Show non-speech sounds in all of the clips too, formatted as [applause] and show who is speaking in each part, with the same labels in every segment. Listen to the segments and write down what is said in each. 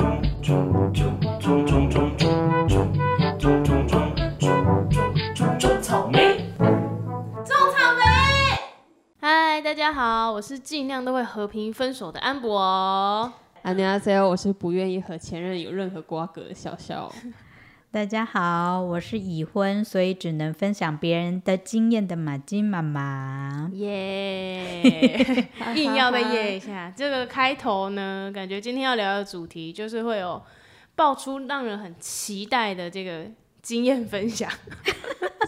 Speaker 1: 种种种种种种种种种种种种种草莓。
Speaker 2: 嗨，大家好，我是尽量都会和平分手的安博。
Speaker 3: 안녕하세요，我是不愿意和前任有任何瓜葛的小小。
Speaker 4: 大家好，我是已婚，所以只能分享别人的经验的马金妈妈。
Speaker 2: 耶、 [laughs] [laughs] 硬要再耶一下。这个开头呢，感觉今天要聊的主题就是会有爆出让人很期待的这个经验分享，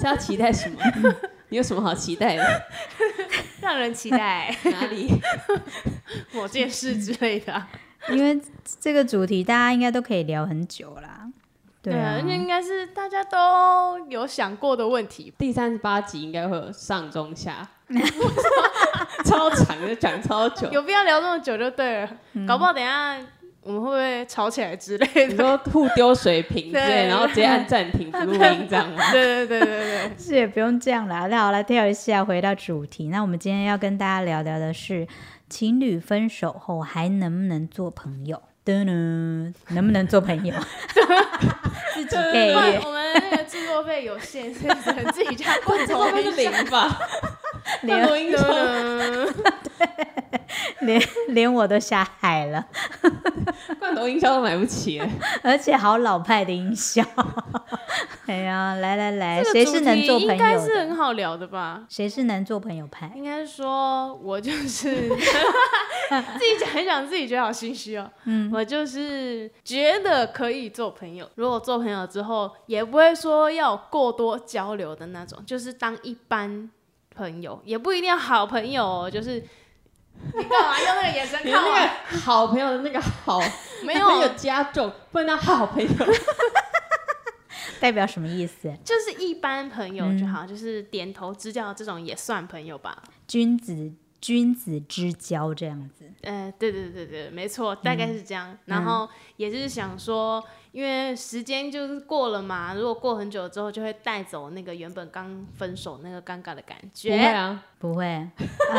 Speaker 3: 是要期待什么？ [laughs] 你有什么好期待的？
Speaker 2: 让人期待
Speaker 3: [laughs] 哪里？
Speaker 2: 某件事之类的啊、
Speaker 4: 因为这个主题大家应该都可以聊很久啦。对啊
Speaker 2: 而，且应该是大家都有想过的问题。
Speaker 3: 第三十八集应该会有上中下， [laughs] 超长的讲超久。
Speaker 2: 有必要聊这么久就对了，搞不好等一下我们会不会吵起来之类的？ [laughs]
Speaker 3: 你说互丢水瓶之类，
Speaker 2: 对
Speaker 3: 然后直接按暂停不录音
Speaker 2: [laughs]
Speaker 3: 这样吗？
Speaker 2: 对对对对对，
Speaker 4: 是也不用这样啦。那好了，跳一下回到主题。那我们今天要跟大家聊聊的是，情侣分手后还能不能做朋友？噔噔，能不能做
Speaker 2: [laughs]
Speaker 4: 朋友？自 [laughs] 己配
Speaker 2: 不然
Speaker 4: 乐，
Speaker 2: 我们那个制作费有限，所以只能自己家 [laughs] 共
Speaker 3: 这会
Speaker 2: 同
Speaker 3: 不会是
Speaker 4: 哎
Speaker 3: 零
Speaker 2: [laughs]
Speaker 3: 吧？那 [laughs] 录音窗
Speaker 2: 的。
Speaker 4: 连连我都下海了。
Speaker 3: 罐头音
Speaker 2: [laughs]
Speaker 3: 效都买不起了，
Speaker 4: 而且好老派的音效。 [laughs] 哎呀，来来来，
Speaker 2: 这
Speaker 4: 谁
Speaker 2: 个主
Speaker 4: 是能
Speaker 2: 题
Speaker 4: 做朋
Speaker 2: 应该
Speaker 4: 友
Speaker 2: 是
Speaker 4: 的？
Speaker 2: 很好聊的吧？
Speaker 4: 谁是能做朋友派？
Speaker 2: 应该说，我就是 [laughs] 自己讲一讲，自己觉得好心虚哦。
Speaker 4: 嗯，
Speaker 2: 我就是觉得可以做朋友，如果做朋友之后，也不会说要有过多交流的那种，就是当一般朋友，也不一定要好朋友哦。 [laughs] 就是你干嘛用那个眼神
Speaker 3: 你的
Speaker 2: 看我？
Speaker 3: 那个好朋友的那个好，
Speaker 2: 没
Speaker 3: 那朋
Speaker 2: 有啊
Speaker 3: 友，加重，不能叫好朋友。
Speaker 4: 代表什么意思？
Speaker 2: 就是一般朋友
Speaker 3: 嗯
Speaker 2: 就好，就是点头之交这种也算朋友吧。
Speaker 4: 君子君子之交这样子。
Speaker 2: 呃，对对对对，没错，大概是这样。
Speaker 3: 嗯
Speaker 2: 然后也是想说，因为时间就是过了嘛，如果过很久之后，就会带走那个原本刚分手那个尴尬的感
Speaker 3: 不会
Speaker 2: 觉。
Speaker 3: 啊，
Speaker 4: 不会啊，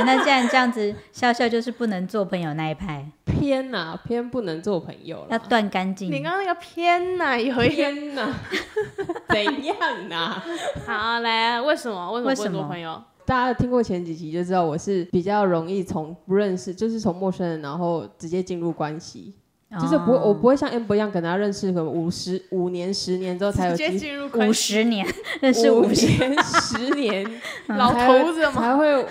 Speaker 4: 那既然这样子，笑笑就是不能做朋友那一派，
Speaker 3: 偏呐、偏不能做朋友
Speaker 4: 要
Speaker 3: 了。
Speaker 4: 断干净。
Speaker 2: 你刚刚那个偏呐、有一个
Speaker 3: 天呐，怎样啊呐？
Speaker 2: 好来，为什么为什么不
Speaker 4: 为什
Speaker 2: 会做
Speaker 4: 么
Speaker 2: 朋友？
Speaker 3: 大家听过前几集就知道，我是比较容易从不认识，就是从陌生人，然后直接进入关系，
Speaker 4: 哦
Speaker 2: 哦
Speaker 3: 就是不会，我不会像 amber 一样跟他认识，可能五十五年、十年之后才有
Speaker 2: 直接
Speaker 3: 机
Speaker 2: 进入
Speaker 4: 五
Speaker 2: 关系，
Speaker 4: 十年认 [laughs] 识
Speaker 3: 五
Speaker 4: 五十，
Speaker 3: 年、十年，
Speaker 2: 老
Speaker 3: 才会
Speaker 2: 头子嘛。
Speaker 3: 才会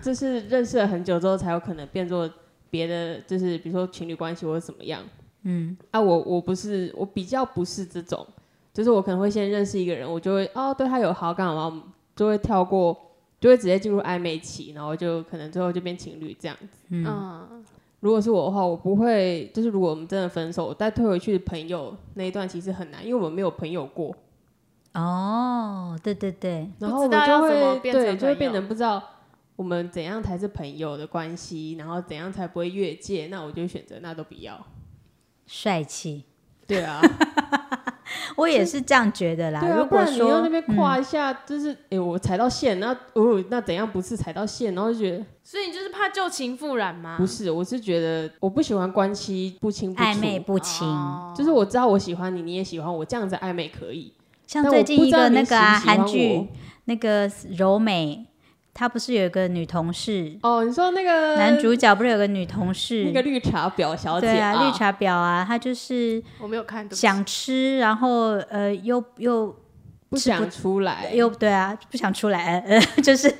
Speaker 3: 就是认识了很久之后才有可能变作别的，就是比如说情侣关系或者怎么样。
Speaker 4: 嗯，
Speaker 3: 啊，我我不是，我比较不是这种，就是我可能会先认识一个人，我就会哦对他有好感，然后就会跳过，就会直接进入暧昧期，然后就可能最后就变情侣这样子。
Speaker 2: 嗯，
Speaker 3: 如果是我的话，我不会，就是如果我们真的分手，再退回去朋友那一段其实很难，因为我们没有朋友过，
Speaker 4: 哦，对对对，
Speaker 3: 然后
Speaker 2: 不
Speaker 3: 我
Speaker 2: 知道要
Speaker 3: 就
Speaker 2: 怎么
Speaker 3: 会
Speaker 2: 变成
Speaker 3: 对，就会
Speaker 2: 朋
Speaker 3: 变
Speaker 2: 友
Speaker 3: 成不知道我们怎样才是朋友的关系，然后怎样才不会越界，那我就选择那都不要。
Speaker 4: 帅气，
Speaker 3: 对啊，
Speaker 4: 我也是这样觉 [laughs] 得啦。
Speaker 3: 对啊，
Speaker 4: 如
Speaker 3: 不
Speaker 4: 果
Speaker 3: 然你要
Speaker 4: 说嗯
Speaker 3: 那边跨一下，就是哎、诶我踩到线，那哦，那怎样不是踩到线？然后就觉得
Speaker 2: 所以你就是怕旧情复燃吗？
Speaker 3: 不是，我是觉得我不喜欢关系不清不啊楚，
Speaker 4: 啊嗯暧昧不清，
Speaker 2: 哦
Speaker 3: 就是我知道我喜欢你，你也喜欢我，这样子暧昧可以。
Speaker 4: 像
Speaker 3: 但
Speaker 4: 最
Speaker 3: 我
Speaker 4: 近
Speaker 3: 不
Speaker 4: 一
Speaker 3: 知道
Speaker 4: 个
Speaker 3: 你
Speaker 4: 那个啊
Speaker 3: 喜不喜欢
Speaker 4: 韩剧
Speaker 3: 我，
Speaker 4: 那个柔美，她不是有一个女同事，
Speaker 3: 哦，你说那个
Speaker 4: 男主角不是有个女同事，
Speaker 3: 那个绿茶婊小姐
Speaker 4: 对啊，绿茶婊啊，她就是
Speaker 2: 我没有看，对不起
Speaker 4: 想吃，然后呃又又
Speaker 3: 不想出来，
Speaker 4: 又对啊，不想出来，呃 [laughs] 呃、就是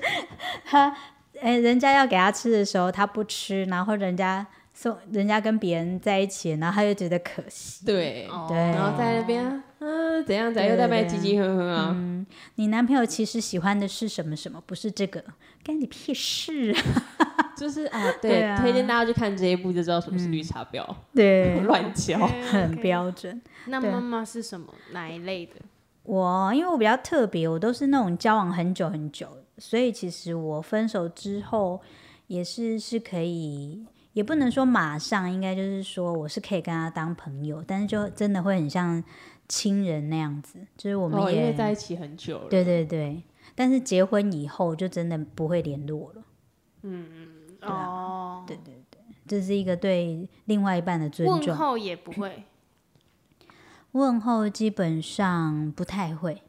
Speaker 4: 她哎人家要给她吃的时候她不吃，然后人家送人家跟别人在一起，然后她又觉得可惜，
Speaker 3: 对，
Speaker 2: 哦
Speaker 4: 对
Speaker 3: 然后在那边嗯、怎样怎样，又
Speaker 4: 哎对
Speaker 3: 在那边
Speaker 4: 对
Speaker 3: 唧唧哼哼啊。
Speaker 4: 你男朋友其实喜欢的是什么什么，不是这个，干你屁事啊！
Speaker 3: 就是啊，
Speaker 4: 对
Speaker 3: 对，
Speaker 4: 啊嗯
Speaker 3: 推荐大家去看这一部就知道什么是绿茶婊，，
Speaker 4: 对
Speaker 3: [laughs] 乱教。
Speaker 2: OK，OK
Speaker 4: 很标准。
Speaker 2: 哦那
Speaker 4: 对
Speaker 2: 妈妈是什么哪一类的？
Speaker 4: 我因为我比较特别，我都是那种交往很久很久，所以其实我分手之后也是是可以，也不能说马上，应该就是说我是可以跟他当朋友，但是就真的会很像亲人那样子，就是我们
Speaker 3: 哦，因
Speaker 4: 也、
Speaker 3: 为在一起很久了，
Speaker 4: 对对对，但是结婚以后就真的不会联络了，
Speaker 2: 哦，
Speaker 4: 啊这是一个对另外一半的尊
Speaker 2: 问
Speaker 4: 重。 [laughs]
Speaker 2: 候也不会，
Speaker 4: 问候基本上不太会，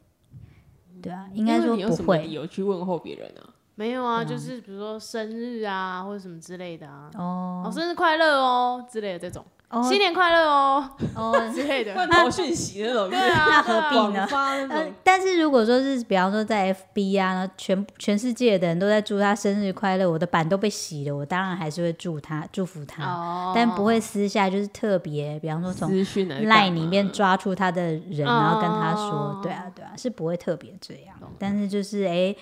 Speaker 4: 对啊，应该
Speaker 3: 因为
Speaker 4: 说
Speaker 3: 你有
Speaker 4: 不
Speaker 3: 什么理
Speaker 4: 会
Speaker 3: 由去问候别人啊？
Speaker 2: 没有啊，就是比如说生日啊，或者什么之类的啊，哦，
Speaker 4: 哦
Speaker 2: 生日快乐哦之类的这种，
Speaker 4: 哦 [laughs]
Speaker 2: 新年快乐哦 [laughs]
Speaker 4: 哦，
Speaker 2: 之类
Speaker 4: [laughs]
Speaker 2: 的。
Speaker 3: 罐头讯息那种，
Speaker 2: 对啊，
Speaker 4: 那何必
Speaker 2: 对啊
Speaker 4: 呢
Speaker 3: 广发那
Speaker 4: 呃
Speaker 3: 种，，
Speaker 4: 但是如果说是比方说在 FB 啊，然后全全世界的人都在祝他生日快乐，我的板都被洗了，我当然还是会祝他祝福他，
Speaker 2: 哦，
Speaker 4: 但不会私下就是特别，比方说从
Speaker 3: 资讯来
Speaker 4: 赖里面抓出他的人，然后跟他
Speaker 2: 哦
Speaker 4: 说，对啊，对啊，是不会特别这样，但是就是哎、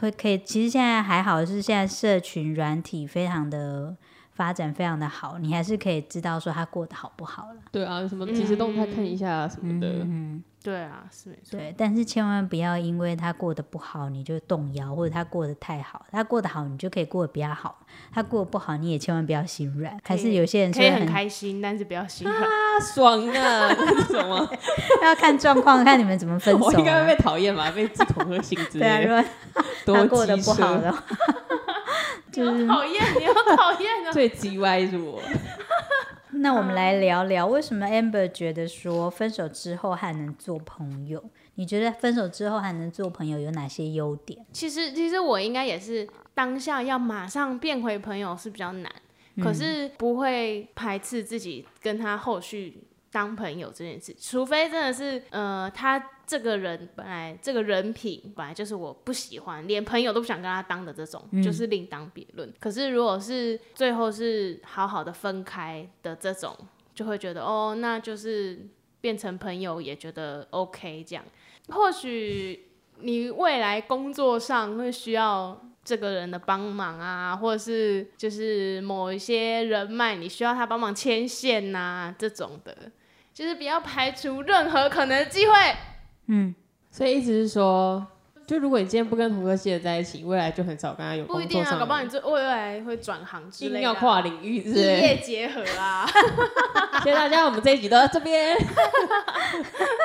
Speaker 4: 会可以，其实现在还好，是现在社群软体非常的发展非常的好，你还是可以知道说他过得好不好了，
Speaker 3: 对啊，什么即时动态看一下啊什么的，
Speaker 4: 嗯，
Speaker 2: 对啊，是没错。
Speaker 4: 对，但是千万不要因为他过得不好你就动摇，或者他过得太好，他过得好你就可以过得比较好，他过得不好你也千万不要心软，还是有些人是
Speaker 2: 可以
Speaker 4: 会
Speaker 2: 很
Speaker 4: 很
Speaker 2: 开心，但是不要心软。
Speaker 4: [laughs]
Speaker 3: 啊爽啊，那种吗？
Speaker 4: 要看状况，看你们怎么 [laughs]
Speaker 2: [laughs]
Speaker 4: 分
Speaker 3: [laughs]
Speaker 4: 手、
Speaker 3: 我应该
Speaker 4: 啊
Speaker 3: 会。被讨厌吧，被志同和姓之
Speaker 4: 对啊，
Speaker 3: 类
Speaker 4: 如
Speaker 3: 的，
Speaker 4: 果他
Speaker 3: 多
Speaker 4: 过得
Speaker 3: 机
Speaker 4: 不好
Speaker 3: 车
Speaker 4: 的话，
Speaker 2: 你好讨厌，你好讨
Speaker 4: [laughs]
Speaker 2: 厌啊！
Speaker 3: 最叽歪是我，
Speaker 4: 那我们来聊聊为什么 Amber 觉得说分手之后还能做朋友？你觉得分手之后还能做朋友有哪些优点？
Speaker 2: 其实，其实我应该也是当下要马上变回朋友是比较难，可是不会排斥自己跟他后续当朋友这件事，除非真的是呃，他这个人本来这个人品本来就是我不喜欢，连朋友都不想跟他当的这种，就是另当别论。可是如果是最后是好好的分开的这种，就会觉得哦，那就是变成朋友也觉得 OK 这样。或许你未来工作上会需要这个人的帮忙啊，或者是就是某一些人脉，你需要他帮忙牵线呐、这种的，就是不要排除任何可能的机会。
Speaker 4: 嗯，
Speaker 3: 所以意思是说，就如果你今天不跟同科系的在一起，未来就很少跟他有
Speaker 2: 不一
Speaker 3: 工
Speaker 2: 定
Speaker 3: 作
Speaker 2: 啊，
Speaker 3: 上
Speaker 2: 搞不好你
Speaker 3: 的，
Speaker 2: 这未来会转行之
Speaker 3: 一
Speaker 2: 类
Speaker 3: 定
Speaker 2: 的、
Speaker 3: 要
Speaker 2: 啊。
Speaker 3: 跨领域之
Speaker 2: 异
Speaker 3: 类的。
Speaker 2: 业结合啊，
Speaker 3: 谢谢大家，我们这一集都到这边。
Speaker 2: 好
Speaker 4: [laughs]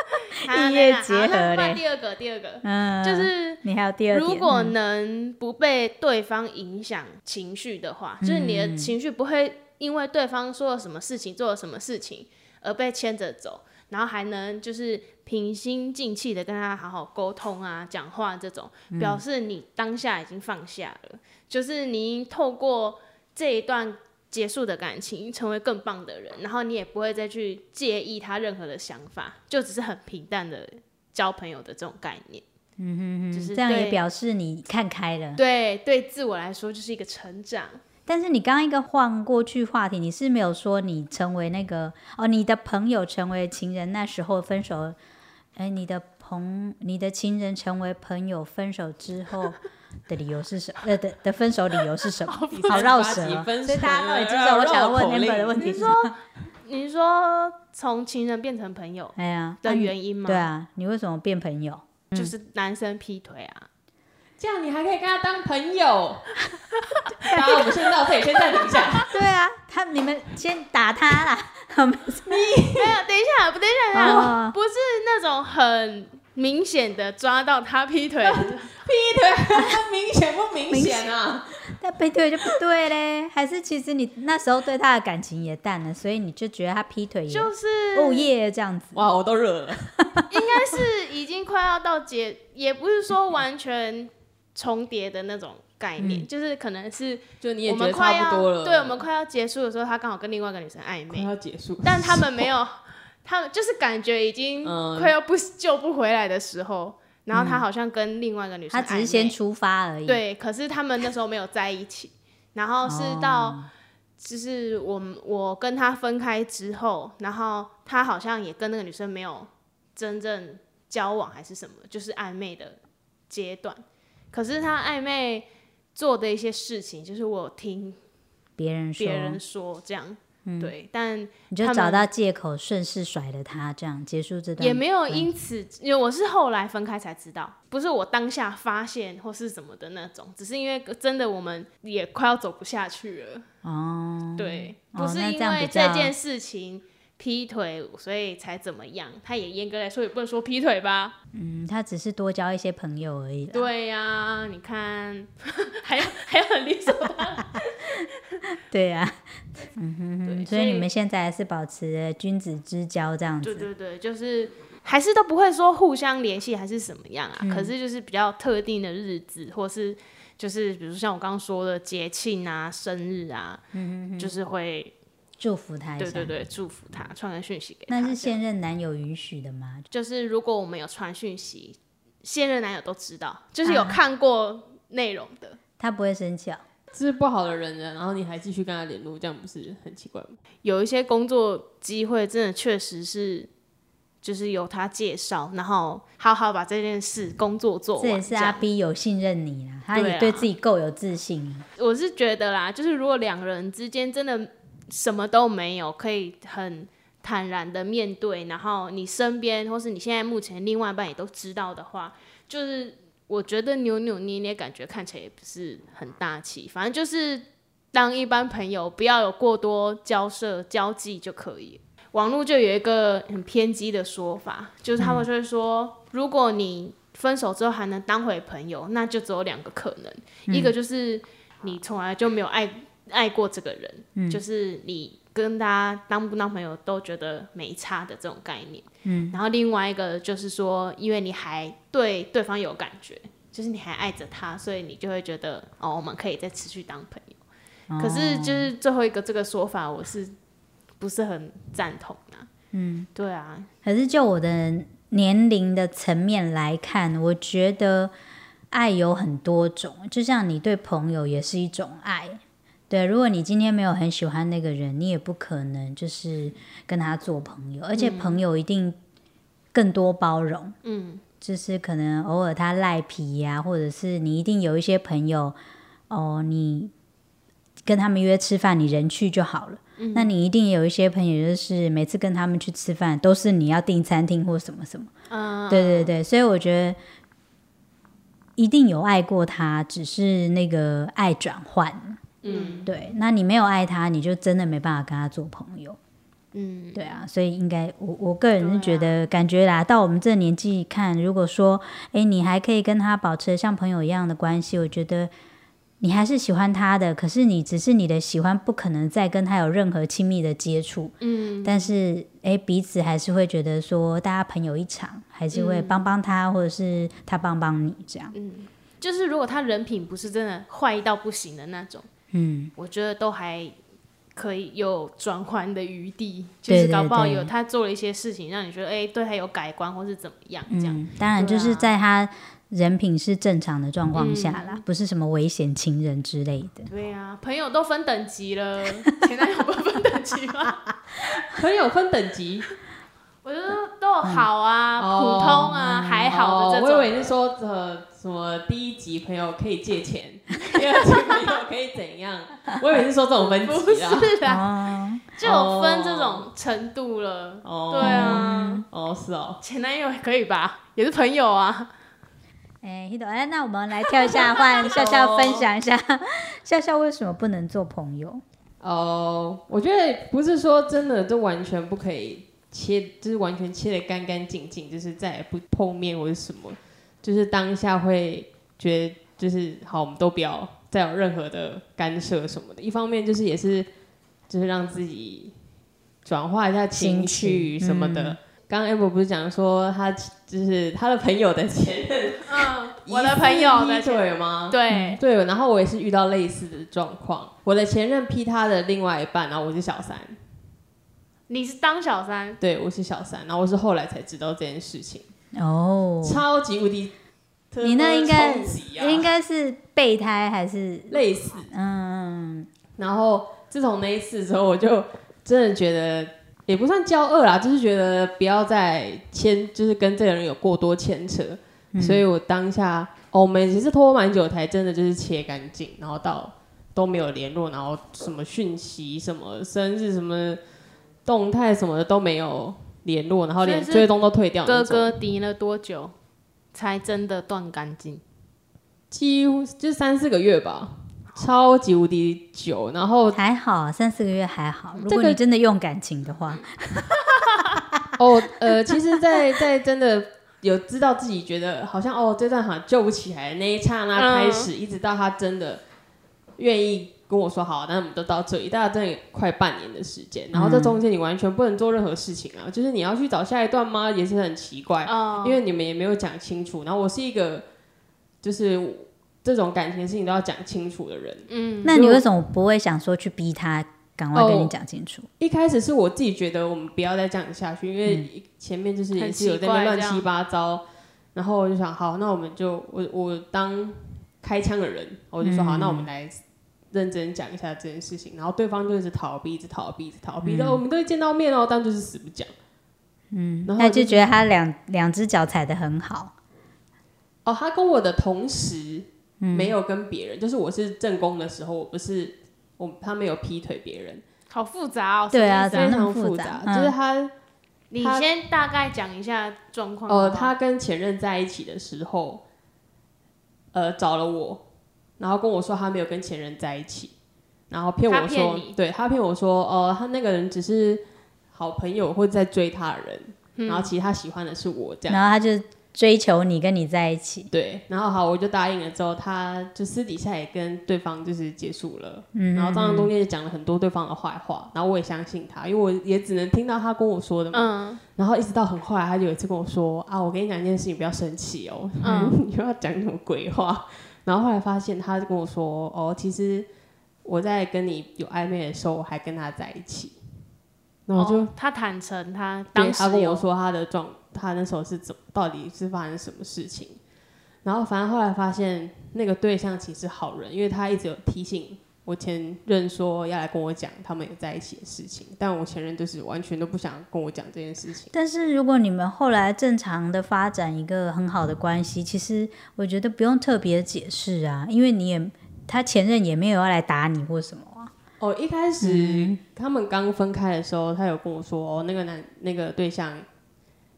Speaker 4: 异业
Speaker 2: 好
Speaker 4: 结合
Speaker 2: 啊那换
Speaker 4: 嘞
Speaker 2: 第二个，第二个、
Speaker 4: 嗯
Speaker 2: 就是
Speaker 4: 你还有第二点，嗯
Speaker 2: 如果能不被对方影响情绪的话，
Speaker 4: 嗯
Speaker 2: 就是你的情绪不会因为对方说了什么事情、做了什么事情而被牵着走，然后还能就是平心静气的跟他好好沟通啊、讲话这种，
Speaker 4: 嗯
Speaker 2: 表示你当下已经放下了，就是你已经透过这一段。结束的感情，成为更棒的人，然后你也不会再去介意他任何的想法，就只是很平淡的交朋友的这种概念。嗯哼哼，就是
Speaker 4: 嗯这样也
Speaker 2: 对
Speaker 4: 表示你看开了。
Speaker 2: 对对，自我来说就是一个成长。
Speaker 4: 但是你刚刚一个换过去话题，你是没有说你成为那个哦，你的朋友成为情人那时候分手，哎，你的朋你的情人成为朋友分手之后的理由是什么？呃的的分手理由是什么？好绕舌
Speaker 3: 八
Speaker 4: 哦，
Speaker 3: 级分
Speaker 4: 所以大家
Speaker 3: 手
Speaker 4: 到底知不
Speaker 3: 了
Speaker 4: 知道我
Speaker 3: 绕
Speaker 4: 想要问
Speaker 3: 口
Speaker 4: Amber
Speaker 3: 令
Speaker 4: 的问题
Speaker 2: 你
Speaker 4: 是
Speaker 2: 说
Speaker 4: 什么？
Speaker 2: 你是说从情人变成朋友
Speaker 4: 哎呀
Speaker 2: 的
Speaker 4: 啊你
Speaker 2: 原因吗？
Speaker 4: 对，啊，嗯你为什么变朋友？啊
Speaker 2: 就是男生劈腿啊。
Speaker 3: 这样你还可以跟他当朋友。然后我们先到这里，先暂停
Speaker 2: [laughs]
Speaker 3: 一下。
Speaker 4: 对啊，他你们先打他啦，好没事
Speaker 2: 没有，等一下，不，等一下，等一下，
Speaker 4: 哦
Speaker 2: 不是那种很明显的抓到他劈腿的，
Speaker 3: 劈腿，明显不明显啊？
Speaker 4: 但被对就不对嘞，还是其实你那时候对他的感情也淡了，所以你就觉得他劈腿也
Speaker 2: 就是
Speaker 4: [laughs] 哦耶这样子。
Speaker 3: 哇，我都热了。
Speaker 2: 应该是已经快要到结，也不是说完全重叠的那种概念，
Speaker 4: 嗯
Speaker 2: 就是可能是
Speaker 3: 就你也
Speaker 2: 我
Speaker 3: 觉
Speaker 2: 们
Speaker 3: 得
Speaker 2: 快
Speaker 3: 差
Speaker 2: 要
Speaker 3: 不多了，
Speaker 2: 对我们快要结束的时候，他刚好跟另外一个女生暧
Speaker 3: 快
Speaker 2: 昧，
Speaker 3: 要结束，
Speaker 2: 但他们没有，他们就是感觉已经
Speaker 3: 嗯
Speaker 2: 快要不救不回来的时候，然后他好像跟另外一个女生
Speaker 4: 他
Speaker 2: 暧昧，
Speaker 4: 只是先出发而已。，
Speaker 2: 对，可是他们那时候没有在一起，然后是
Speaker 4: 哦
Speaker 2: 到就是我们我跟他分开之后，然后他好像也跟那个女生没有真正交往还是什么，就是暧昧的阶段。可是他暧昧做的一些事情，就是我有听
Speaker 4: 别人说，
Speaker 2: 别人说这样，对，但
Speaker 4: 你就
Speaker 2: 他们
Speaker 4: 找到借口，顺势甩了他，这样嗯结束这段
Speaker 2: 也没有因此，因为我是后来分开才知道，不是我当下发现或是什么的那种，只是因为真的我们也快要走不下去了，
Speaker 4: 哦。
Speaker 2: 对，
Speaker 4: 哦
Speaker 2: 不是
Speaker 4: 那
Speaker 2: 因
Speaker 4: 这样
Speaker 2: 为
Speaker 4: 比较
Speaker 2: 这件事情劈腿，所以才怎么样？他也严格来说也不能说劈腿吧？
Speaker 4: 嗯，他只是多交一些朋友而已啦。
Speaker 2: 对呀、你看， [laughs] 还要还要很理所当然。
Speaker 4: 对呀、
Speaker 2: [laughs]
Speaker 4: 嗯
Speaker 2: 对
Speaker 4: 哼，所以你们现在还是保持君子之交这样
Speaker 2: 对对
Speaker 4: 子。
Speaker 2: 对，就是还是都不会说互相联系还是什么样啊，
Speaker 4: 嗯
Speaker 2: 可是就是比较特定的日子，或是就是比如像我刚刚说的节庆啊、生日啊，
Speaker 4: 嗯
Speaker 2: 就是会
Speaker 4: 祝福他一下。
Speaker 2: 对对对祝福他，传个讯息给他。
Speaker 4: 那是
Speaker 2: 这样
Speaker 4: 现任男友允许的吗？
Speaker 2: 就是如果我们有传讯息，现任男友都知道，就是
Speaker 4: 啊
Speaker 2: 有看过内容的。
Speaker 4: 他不会生气哦。
Speaker 3: 这是不好的人啊了，然后你还继续跟他联络，这样不是很奇怪吗？
Speaker 2: 有一些工作机会，真的确实是。就是由他介绍，然后好好把这件事工作做完。
Speaker 4: 这也是
Speaker 2: 样
Speaker 4: 阿 B 有信任你啦，他
Speaker 2: 对
Speaker 4: 也
Speaker 2: 啊
Speaker 4: 对自己够有自信。
Speaker 2: 我是觉得啦，就是如果两个人之间真的什么都没有，可以很坦然的面对，然后你身边或是你现在目前另外一半也都知道的话，就是我觉得扭扭捏捏感觉看起来也不是很大气，反正就是当一般朋友，不要有过多交涉交际就可以。网络就有一个很偏激的说法，就是他们就会说，如果你分手之后还能当回朋友，那就只有两个可能，一个就是你从来就没有爱爱过这个人，就是你跟他当不当朋友都觉得没差的这种概念。嗯，然后另外一个就是说，因为你还对对方有感觉，就是你还爱着他，所以你就会觉得哦，我们可以再持续当朋友。可是就是最后一个这个说法，我是不是很赞同啊？嗯，对啊，
Speaker 4: 可是就我的年龄的层面来看，我觉得爱有很多种，就像你对朋友也是一种爱。对，如果你今天没有很喜欢那个人，你也不可能就是跟他做朋友，而且朋友一定更多包容。嗯，就是可能偶尔他赖皮呀、或者是你一定有一些朋友哦，你跟他们约吃饭，你人去就好了。那你一定有一些朋友，就是每次跟他们去吃饭，都是你要订餐厅或什么什么。
Speaker 2: 嗯，
Speaker 4: 对对对，所以我觉得一定有爱过他，只是那个爱转换。
Speaker 2: 嗯
Speaker 4: 对，那你没有爱他，你就真的没办法跟他做朋友。
Speaker 2: 嗯，
Speaker 4: 对啊，所以应该我我个人
Speaker 2: 对
Speaker 4: 是觉
Speaker 2: 啊
Speaker 4: 得，感觉啦，到我们这年纪看，如果说，哎，你还可以跟他保持像朋友一样的关系，我觉得你还是喜欢他的，可是你只是你的喜欢不可能再跟他有任何亲密的接触，嗯，但是哎，彼此还是会觉得说，大家朋友一场，还是
Speaker 2: 嗯
Speaker 4: 会帮帮他，或者是他帮帮你这样，
Speaker 2: 就是如果他人品不是真的坏到不行的那种，
Speaker 4: 嗯，
Speaker 2: 我觉得都还可以有转换的余地，就
Speaker 4: 对
Speaker 2: 是搞不好
Speaker 4: 对对
Speaker 2: 有他做了一些事情，让你觉得哎、对他有改观或是怎么样这样。
Speaker 4: 嗯，当然就
Speaker 2: 对
Speaker 4: 是
Speaker 2: 啊
Speaker 4: 在他人品是正常的状况下啦，
Speaker 2: 嗯
Speaker 4: 不是什么危险情人之类的。
Speaker 2: 对啊，朋友都分等级
Speaker 3: [laughs]
Speaker 2: 了，前男友不分等级吗？
Speaker 3: 朋友分等级，
Speaker 2: 我觉得都有好啊、
Speaker 3: 哦
Speaker 2: 普通啊、还好的
Speaker 3: 哦
Speaker 2: 这
Speaker 3: 我以
Speaker 2: 种。
Speaker 3: 为你是说呃什么第一级朋友可以借钱，第二级朋友可以怎样？我以为是说这种
Speaker 2: [laughs]
Speaker 3: 分
Speaker 2: 不
Speaker 3: 级啊。
Speaker 2: 是啊，
Speaker 4: 哦，
Speaker 2: 就有分这种程度了。
Speaker 3: 哦，
Speaker 2: 对，啊，
Speaker 3: 哦是哦，
Speaker 2: 前男友也可以吧，也是朋友啊。
Speaker 4: 哎、h 哎，那我们来跳一 [laughs] 下，换笑笑分享一下， [laughs] 笑笑为什么不能做朋友？
Speaker 3: 哦，我觉得不是说真的，就完全不可以切，就是完全切的干干净净，就是再也不碰面或者什么，就是当下会觉得就是好，我们都不要再有任何的干涉什么的。一方面就是也是就是让自己转化一下情绪
Speaker 4: 心情
Speaker 3: 什么
Speaker 2: 嗯
Speaker 3: 的。刚刚 Amber 不是讲说他就是他的朋友的前任，
Speaker 2: 嗯， [laughs] 我的朋友
Speaker 3: [laughs]
Speaker 2: 的
Speaker 3: 劈腿吗？
Speaker 2: 对，
Speaker 3: 对，然后我也是遇到类似的状况。我的前任劈他的另外一半，然后我是小三，
Speaker 2: 你是当小三，
Speaker 3: 对我是小三，然后我是后来才知道这件事情，
Speaker 4: 哦，
Speaker 3: 超级无敌，
Speaker 4: 你那应该
Speaker 3: 特别冲击啊
Speaker 4: 应该是备胎还是
Speaker 3: 类似。
Speaker 4: 嗯？
Speaker 3: 然后自从那一次之后，我就真的觉得也不算骄傲啦，就是觉得不要再牵，就是跟这个人有过多牵扯。
Speaker 2: 嗯
Speaker 3: 所以我当下，哦，我们其实拖蛮久才真的就是切干净，然后到都没有联络，然后什么讯息、什么生日、什么动态什么的都没有联络，然后连
Speaker 2: 所以是
Speaker 3: 追踪都退掉那
Speaker 2: 哥
Speaker 3: 种。
Speaker 2: 哥敌了多久才真的断干净？
Speaker 3: 几乎就三四个月吧，超级无敌久，然后
Speaker 4: 还好啊三四个月还好。如
Speaker 3: 这
Speaker 4: 果
Speaker 3: 个嗯
Speaker 4: 你真的用感情的话，
Speaker 3: [laughs] 哦，呃，其实在，在真的有知道自己觉得好像哦，这段好像救不起来的那一刹那开始，一直到他真的愿意跟我说好，那我们都到这里，大概真的有快半年的时间。然后这中间你完全不能做任何事情啊，就是你要去找下一段吗？也是很奇怪，
Speaker 2: 哦
Speaker 3: 因为你们也没有讲清楚。然后我是一个就是这种感情的事情都要讲清楚的人，
Speaker 2: 嗯，
Speaker 4: 那你为什么不会想说去逼他赶快
Speaker 3: 哦
Speaker 4: 跟你讲清楚？
Speaker 3: 一开始是我自己觉得我们不要再这样下去，因为前面就是也是有在那边乱七八糟，然后我就想，好，那我们就我我当开枪的人，我就说好，那我们来认真讲一下这件事情。然后对方就一直逃避，一直逃避，一直逃避，然后我们都会见到面哦，但就是死不讲。嗯，然后
Speaker 4: 那
Speaker 3: 我
Speaker 4: 就
Speaker 3: 就
Speaker 4: 觉得他两两只脚踩得很好，
Speaker 3: 哦，他跟我的同时没有跟别人，就是我是正宫的时候，我不是我他没有劈腿别人，
Speaker 2: 好复杂哦。
Speaker 4: 对啊
Speaker 2: 什么意
Speaker 4: 怎
Speaker 3: 非
Speaker 4: 么
Speaker 2: 思
Speaker 3: 常
Speaker 4: 那么复
Speaker 3: 复
Speaker 4: 杂
Speaker 3: 杂，
Speaker 4: 嗯
Speaker 3: 就是他。
Speaker 2: 你
Speaker 3: 他
Speaker 2: 先大概讲一下状况。
Speaker 3: 呃，
Speaker 2: 好不好
Speaker 3: 啊他跟前任在一起的时候，呃，找了我，然后跟我说他没有跟前任在一起，然后骗
Speaker 2: 他
Speaker 3: 我
Speaker 2: 骗
Speaker 3: 说
Speaker 2: 你，
Speaker 3: 对他骗我说，呃，他那个人只是好朋友或者在追他的人，
Speaker 2: 嗯
Speaker 3: 然后其实他喜欢的是我这样。
Speaker 4: 然后他就追求你跟你在一起。
Speaker 3: 对，然后好，我就答应了之后，他就私底下也跟对方就是结束了，
Speaker 2: 嗯
Speaker 3: 然后当然中间也讲了很多对方的坏话，然后我也相信他，因为我也只能听到他跟我说的嘛。
Speaker 2: 嗯
Speaker 3: 然后一直到很后来，他就有一次跟我说啊，我跟你讲一件事情，不要生气哦，
Speaker 2: 嗯
Speaker 3: [laughs] 你又要讲什么鬼话？然后后来发现，他跟我说哦，其实我在跟你有暧昧的时候，我还跟他在一起。然后我就、
Speaker 2: 哦他坦诚，他
Speaker 3: 对
Speaker 2: 当
Speaker 3: 他
Speaker 2: 时
Speaker 3: 跟
Speaker 2: 有
Speaker 3: 我说他的状，他那时候是怎，到底是发生什么事情？然后反正后来发现那个对象其实好人，因为他一直有提醒我前任说要来跟我讲他们有在一起的事情，但我前任就是完全都不想跟我讲这件事情。
Speaker 4: 但是如果你们后来正常的发展一个很好的关系，其实我觉得不用特别解释啊，因为你也他前任也没有要来打你或什么啊。
Speaker 3: 哦，一开始、他们刚分开的时候，他有跟我说，哦，那个男那个对象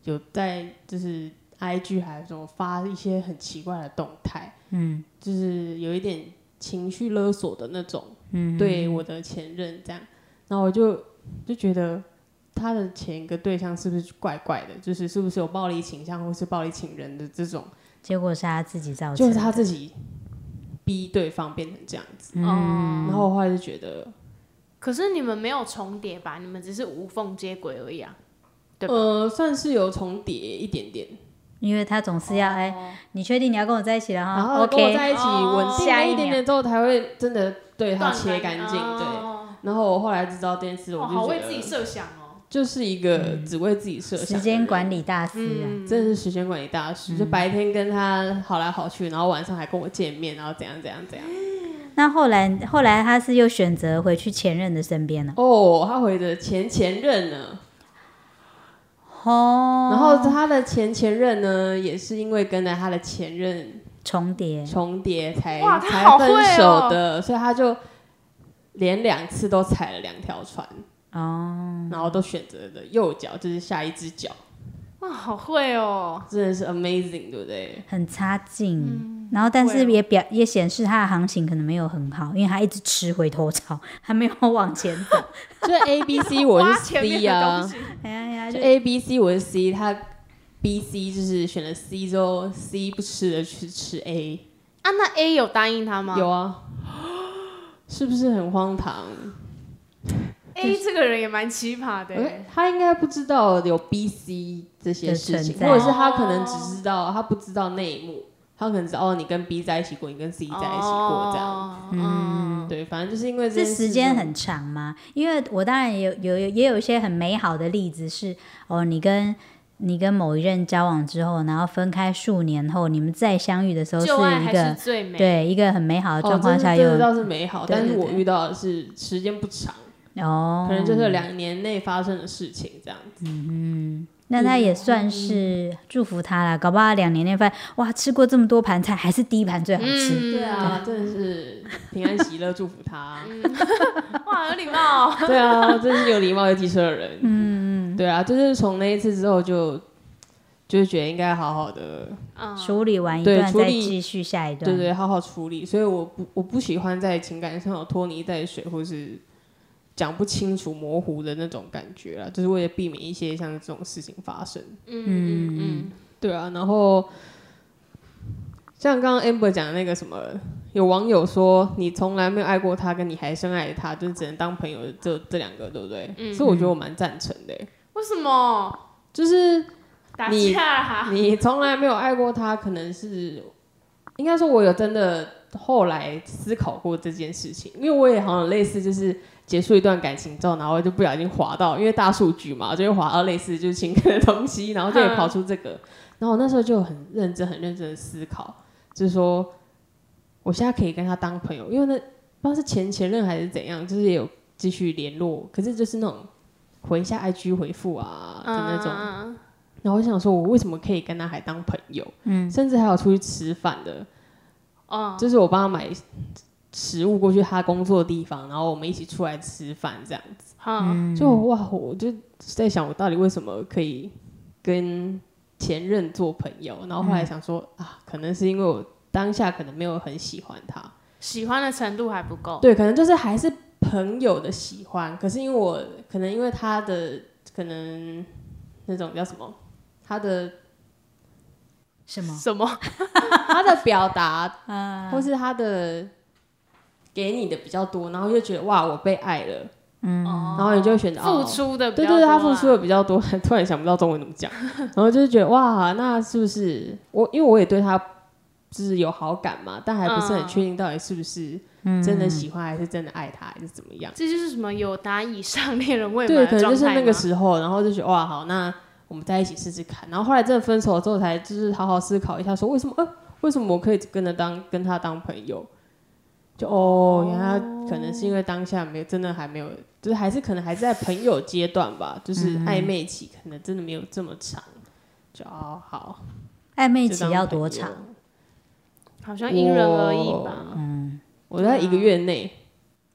Speaker 3: 有在就是 I G 还是什么发一些很奇怪的动态，嗯，就是有一点情绪勒索的那种，嗯，对我的前任这样，然后我就就觉得他的前一个对象是不是怪怪的，就是是不是有暴力倾向或是暴力情人的这种，
Speaker 4: 结果是他自己造
Speaker 3: 就
Speaker 4: 成
Speaker 3: 是
Speaker 4: 的，
Speaker 3: 他自己逼对方变成这样子，
Speaker 2: 哦
Speaker 3: 然后我后来就觉得。
Speaker 2: 可是你们没有重叠吧？你们只是无缝接轨而已啊。对吧
Speaker 3: 呃，算是有重叠一点点，
Speaker 4: 因为他总是要哎、你确定你要跟我在一起了
Speaker 3: 然
Speaker 4: 哈
Speaker 3: 后哦跟我
Speaker 4: 啊？OK，
Speaker 3: 在一起
Speaker 2: 哦
Speaker 3: 稳定
Speaker 4: 下
Speaker 3: 了
Speaker 4: 一
Speaker 3: 一点点之后，才会真的对他
Speaker 2: 断
Speaker 3: 切干净。对，
Speaker 2: 哦
Speaker 3: 然后我后来知道这件事，我
Speaker 2: 哦，
Speaker 3: 就
Speaker 2: 好为
Speaker 3: 觉
Speaker 2: 自己
Speaker 3: 得
Speaker 2: 设想哦。
Speaker 3: 就是一个只为自己设想的
Speaker 4: 嗯时
Speaker 3: 人
Speaker 4: 间管理嗯大师啊，
Speaker 2: 嗯，
Speaker 3: 真的是时间管理大师，就白天跟他好来好去，然后晚上还跟我见面，然后怎样怎样怎样。
Speaker 4: 那后来，后来他是又选择回去前任的身边了。
Speaker 3: 哦，他回的前前任呢？
Speaker 4: 哦，
Speaker 3: 然后他的前前任呢，也是因为跟着他的前任
Speaker 4: 重叠，
Speaker 3: 重叠才
Speaker 2: 哇他
Speaker 3: 才
Speaker 2: 好会
Speaker 3: 分
Speaker 2: 哦
Speaker 3: 手的，所以他就连两次都踩了两条船哦，然后都选择了右脚，就是下一只脚，
Speaker 2: 哇，好会哦。
Speaker 3: 真的是 amazing，对不对？
Speaker 4: 很差劲。
Speaker 3: 嗯
Speaker 4: 然后，但
Speaker 2: 会哦
Speaker 4: 是也表也显示他的行情可能没有很好，因为他一直吃回头草，还没有往前
Speaker 3: [laughs]
Speaker 4: 走。
Speaker 3: 就是 A B C
Speaker 2: [laughs]
Speaker 3: 我
Speaker 2: 挖
Speaker 3: 是
Speaker 2: 前面
Speaker 3: C
Speaker 2: 的
Speaker 3: 啊
Speaker 2: 东，西
Speaker 4: 哎呀呀，
Speaker 3: 就
Speaker 4: 就
Speaker 3: A B C 我是 C，他 B C 就是选了 C 之后，C 不吃了去吃 A，
Speaker 2: 啊，那 A 有答应他吗？
Speaker 3: 有啊， [gasps] 是不是很荒唐？
Speaker 2: A 哎这个人也蛮奇葩的
Speaker 3: 呃
Speaker 2: 欸。
Speaker 3: 他应该不知道有 B、C 这些事情，
Speaker 4: 的存在
Speaker 3: 或者是他可能只知道他不知道那一幕，他可能知道哦，你跟 B 在一起过，你跟 C 在一起过这样。
Speaker 2: 哦嗯，
Speaker 3: 对，反正就是因为这
Speaker 4: 这
Speaker 3: 件事
Speaker 4: 时间很长吗？因为我当然有有有也有一些很美好的例子是，哦，你跟你跟某一任交往之后，然后分开数年后，你们再相遇的时候是
Speaker 2: 旧爱
Speaker 4: 一
Speaker 2: 还
Speaker 4: 个
Speaker 2: 是最美。
Speaker 3: 啊
Speaker 4: 对一个很美好的
Speaker 3: 哦
Speaker 4: 状，况
Speaker 3: 这
Speaker 4: 下
Speaker 3: 是
Speaker 4: 又
Speaker 3: 这个倒是美好，
Speaker 4: 对
Speaker 3: 但是
Speaker 4: 对
Speaker 3: 我
Speaker 4: 对
Speaker 3: 遇到的是时间不长，
Speaker 4: 哦，
Speaker 3: 可能就是两年内发生的事情这样子。
Speaker 4: 哦那他也算是祝福他啦，搞不好两年内发现哇，吃过这么多盘菜，还是第一盘最好吃。
Speaker 2: 嗯，
Speaker 3: 对，啊，真的是平安喜乐，祝福他。
Speaker 2: 哇，有礼貌哦。
Speaker 3: 对
Speaker 4: 嗯
Speaker 3: 啊，真是有礼貌又机车的人。嗯，对啊，就是从那一次之后就就是觉得应该好好的，
Speaker 2: 嗯，
Speaker 4: 处理完一
Speaker 3: 对
Speaker 4: 段
Speaker 3: 处
Speaker 4: 再
Speaker 3: 理
Speaker 4: 继续下一段，
Speaker 3: 对对，好好处理。所以我不我不喜欢在情感上有拖泥带水或是讲不清楚、模糊的那种感觉啦，就是为了避免一些像这种事情发生。
Speaker 2: 嗯嗯嗯，
Speaker 3: 对啊，然后像刚刚 Amber 讲的那个什么，有网友说你从来没有爱过他，跟你还深爱他，就是只能当朋友的这这两个，对不对？嗯，所以我觉得我蛮赞成的欸、
Speaker 2: 为什么
Speaker 3: 就是
Speaker 2: 打
Speaker 3: 你
Speaker 2: 架啊？
Speaker 3: 你从来没有爱过他，可能是应该说，我有真的后来思考过这件事情，因为我也好像类似就是。结束一段感情之后，然后就不小心滑到，因为大数据嘛，就会滑到类似就是情感的东西，然后就也跑出这个。然后我那时候就很认真、很认真的思考，就是说，我现在可以跟他当朋友，因为那不知道是前前任还是怎样，就是也有继续联络，可是就是那种回一下 IG 回复啊的那种，
Speaker 2: 嗯
Speaker 3: 然后我想说，我为什么可以跟他还当朋友？
Speaker 4: 嗯
Speaker 3: 甚至还有出去吃饭的，
Speaker 2: 哦，
Speaker 3: 就是我帮他买食物过去他工作的地方，然后我们一起出来吃饭这样子。
Speaker 2: 好，
Speaker 3: 就哇，我就在想，我到底为什么可以跟前任做朋友？然后后来想说、啊，可能是因为我当下可能没有很喜欢他，
Speaker 2: 喜欢的程度还不够，
Speaker 3: 对，可能就是还是朋友的喜欢，可是因为我可能因为他的可能那种叫什么，他的
Speaker 4: 什么？
Speaker 2: 什么？
Speaker 3: 他的表
Speaker 2: [laughs]
Speaker 3: 达，
Speaker 2: 嗯
Speaker 3: 或是他的给你的比较多，然后就觉得哇，我被爱了，
Speaker 2: 然
Speaker 3: 然后你就会选择
Speaker 2: 嗯付。
Speaker 3: 哦
Speaker 2: 出的比
Speaker 3: 对
Speaker 2: 较
Speaker 3: 对
Speaker 2: 多
Speaker 3: 对，
Speaker 2: 啊，
Speaker 3: 他付出的比较多，突然想不到中文怎
Speaker 2: [laughs]
Speaker 3: 么讲，然后就是觉得哇，那是不是我？因为我也对他就是有好感嘛，但还不
Speaker 2: 嗯
Speaker 3: 是很确定到底是不是真的喜欢，还是真的爱他，还是怎么样。
Speaker 2: 这就是什么有达以上恋人未满
Speaker 3: 对，
Speaker 2: 的
Speaker 3: 可能就
Speaker 2: 状
Speaker 3: 是
Speaker 2: 态
Speaker 3: 那个
Speaker 2: 吗
Speaker 3: 时候，然后就觉得哇，好，那我们在一起试试看。然后后来真的分手了之后，才就是好好思考一下，说为什么，呃，为什么我可以跟他当跟他当朋友？就哦，原来可能是因为当下没有，真的还没有，就是还是可能还是在朋友阶段吧，就是
Speaker 4: 嗯
Speaker 3: 暧昧期，可能真的没有这么长。就哦，好，
Speaker 4: 暧昧
Speaker 3: 就
Speaker 4: 期
Speaker 3: 当
Speaker 4: 要
Speaker 3: 朋
Speaker 4: 多
Speaker 3: 友
Speaker 4: 长？？
Speaker 2: 好像因人而异吧，
Speaker 3: 我我在一个月内，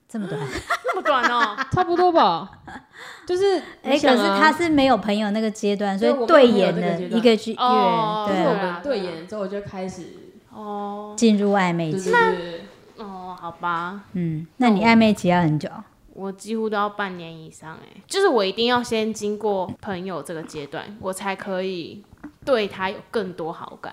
Speaker 4: 这么短？
Speaker 2: 那么短哦，
Speaker 3: [laughs] 差不多吧。就是你
Speaker 4: 啊哎，可
Speaker 3: 想
Speaker 4: 是
Speaker 3: 啊
Speaker 4: 他是没有朋友那个阶段，所
Speaker 3: 对
Speaker 4: 以
Speaker 3: 我没
Speaker 4: 对
Speaker 3: 有朋友
Speaker 4: 眼
Speaker 3: 这个
Speaker 4: 的
Speaker 3: 阶
Speaker 4: 一
Speaker 3: 段
Speaker 4: 个月，
Speaker 2: 哦
Speaker 3: 就是我
Speaker 4: 对，啊
Speaker 3: 们对眼之后就开始，
Speaker 2: 哦
Speaker 4: 进入暧昧
Speaker 3: 对
Speaker 4: 期。
Speaker 3: 对对对。，
Speaker 2: 哦，好吧，
Speaker 4: 嗯，那你暧昧期要很久？
Speaker 2: 我几乎都要半年以上哎、就是我一定要先经过朋友这个阶段，我才可以对他有更多好感。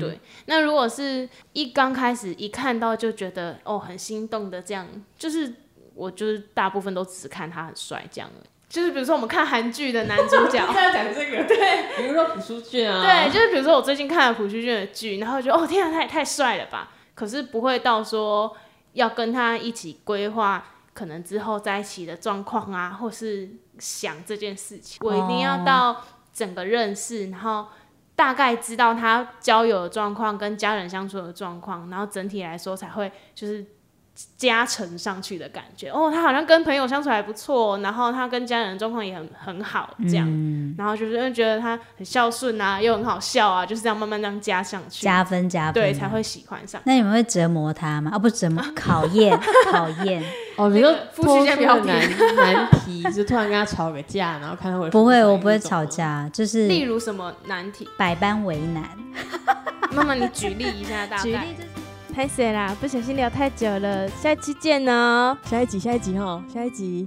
Speaker 2: 对，那如果是一刚开始一看到就觉得哦很心动的这样，就是我就是大部分都只看他很帅这样而已，就是比如说我们看韩剧的男主角
Speaker 4: [laughs]
Speaker 3: 在讲这个，对，比如说朴书俊啊，
Speaker 2: 对，，就是比如说我最近看了朴叙俊的剧，然后就哦天啊，他也太帅了吧！可是不会到说要跟他一起规划可能之后在一起的状况啊，或是想这件事情，我一定要到整个认识，然后大概知道他交友的状况跟家人相处的状况，然后整体来说才会就是。加成上去的感觉哦，他好像跟朋友相处还不错，然后他跟家人的状况也很很好，这样，
Speaker 4: 嗯
Speaker 2: 然后就是觉得他很孝顺啊，又很好笑啊，就是这样慢慢这样加上去，
Speaker 4: 加分啊加分，
Speaker 2: 对才。会喜欢上。
Speaker 4: 那你们会折磨他吗？啊，不
Speaker 3: [laughs]
Speaker 4: 折磨，考验考验，
Speaker 3: 哦，比
Speaker 2: 那
Speaker 3: 如说
Speaker 2: 个夫
Speaker 3: 脱
Speaker 2: 妻
Speaker 3: 出
Speaker 2: 间
Speaker 3: 的
Speaker 2: 不要
Speaker 3: 难难题，就突然跟他吵个架，然后看他会
Speaker 4: 不会，
Speaker 3: 反应
Speaker 4: 我不会
Speaker 3: 那种
Speaker 4: 吵
Speaker 3: 吗。
Speaker 4: 架，就
Speaker 3: [laughs]
Speaker 2: 例
Speaker 4: 是
Speaker 2: 如什么难题？
Speaker 4: 百般为难。
Speaker 2: [laughs] 妈妈，你举例一下，大概。
Speaker 4: 举例就是。
Speaker 2: 拍谁啦？不小心聊太久了，下期见哦。
Speaker 3: 哦下一集，下一集哈，下一集。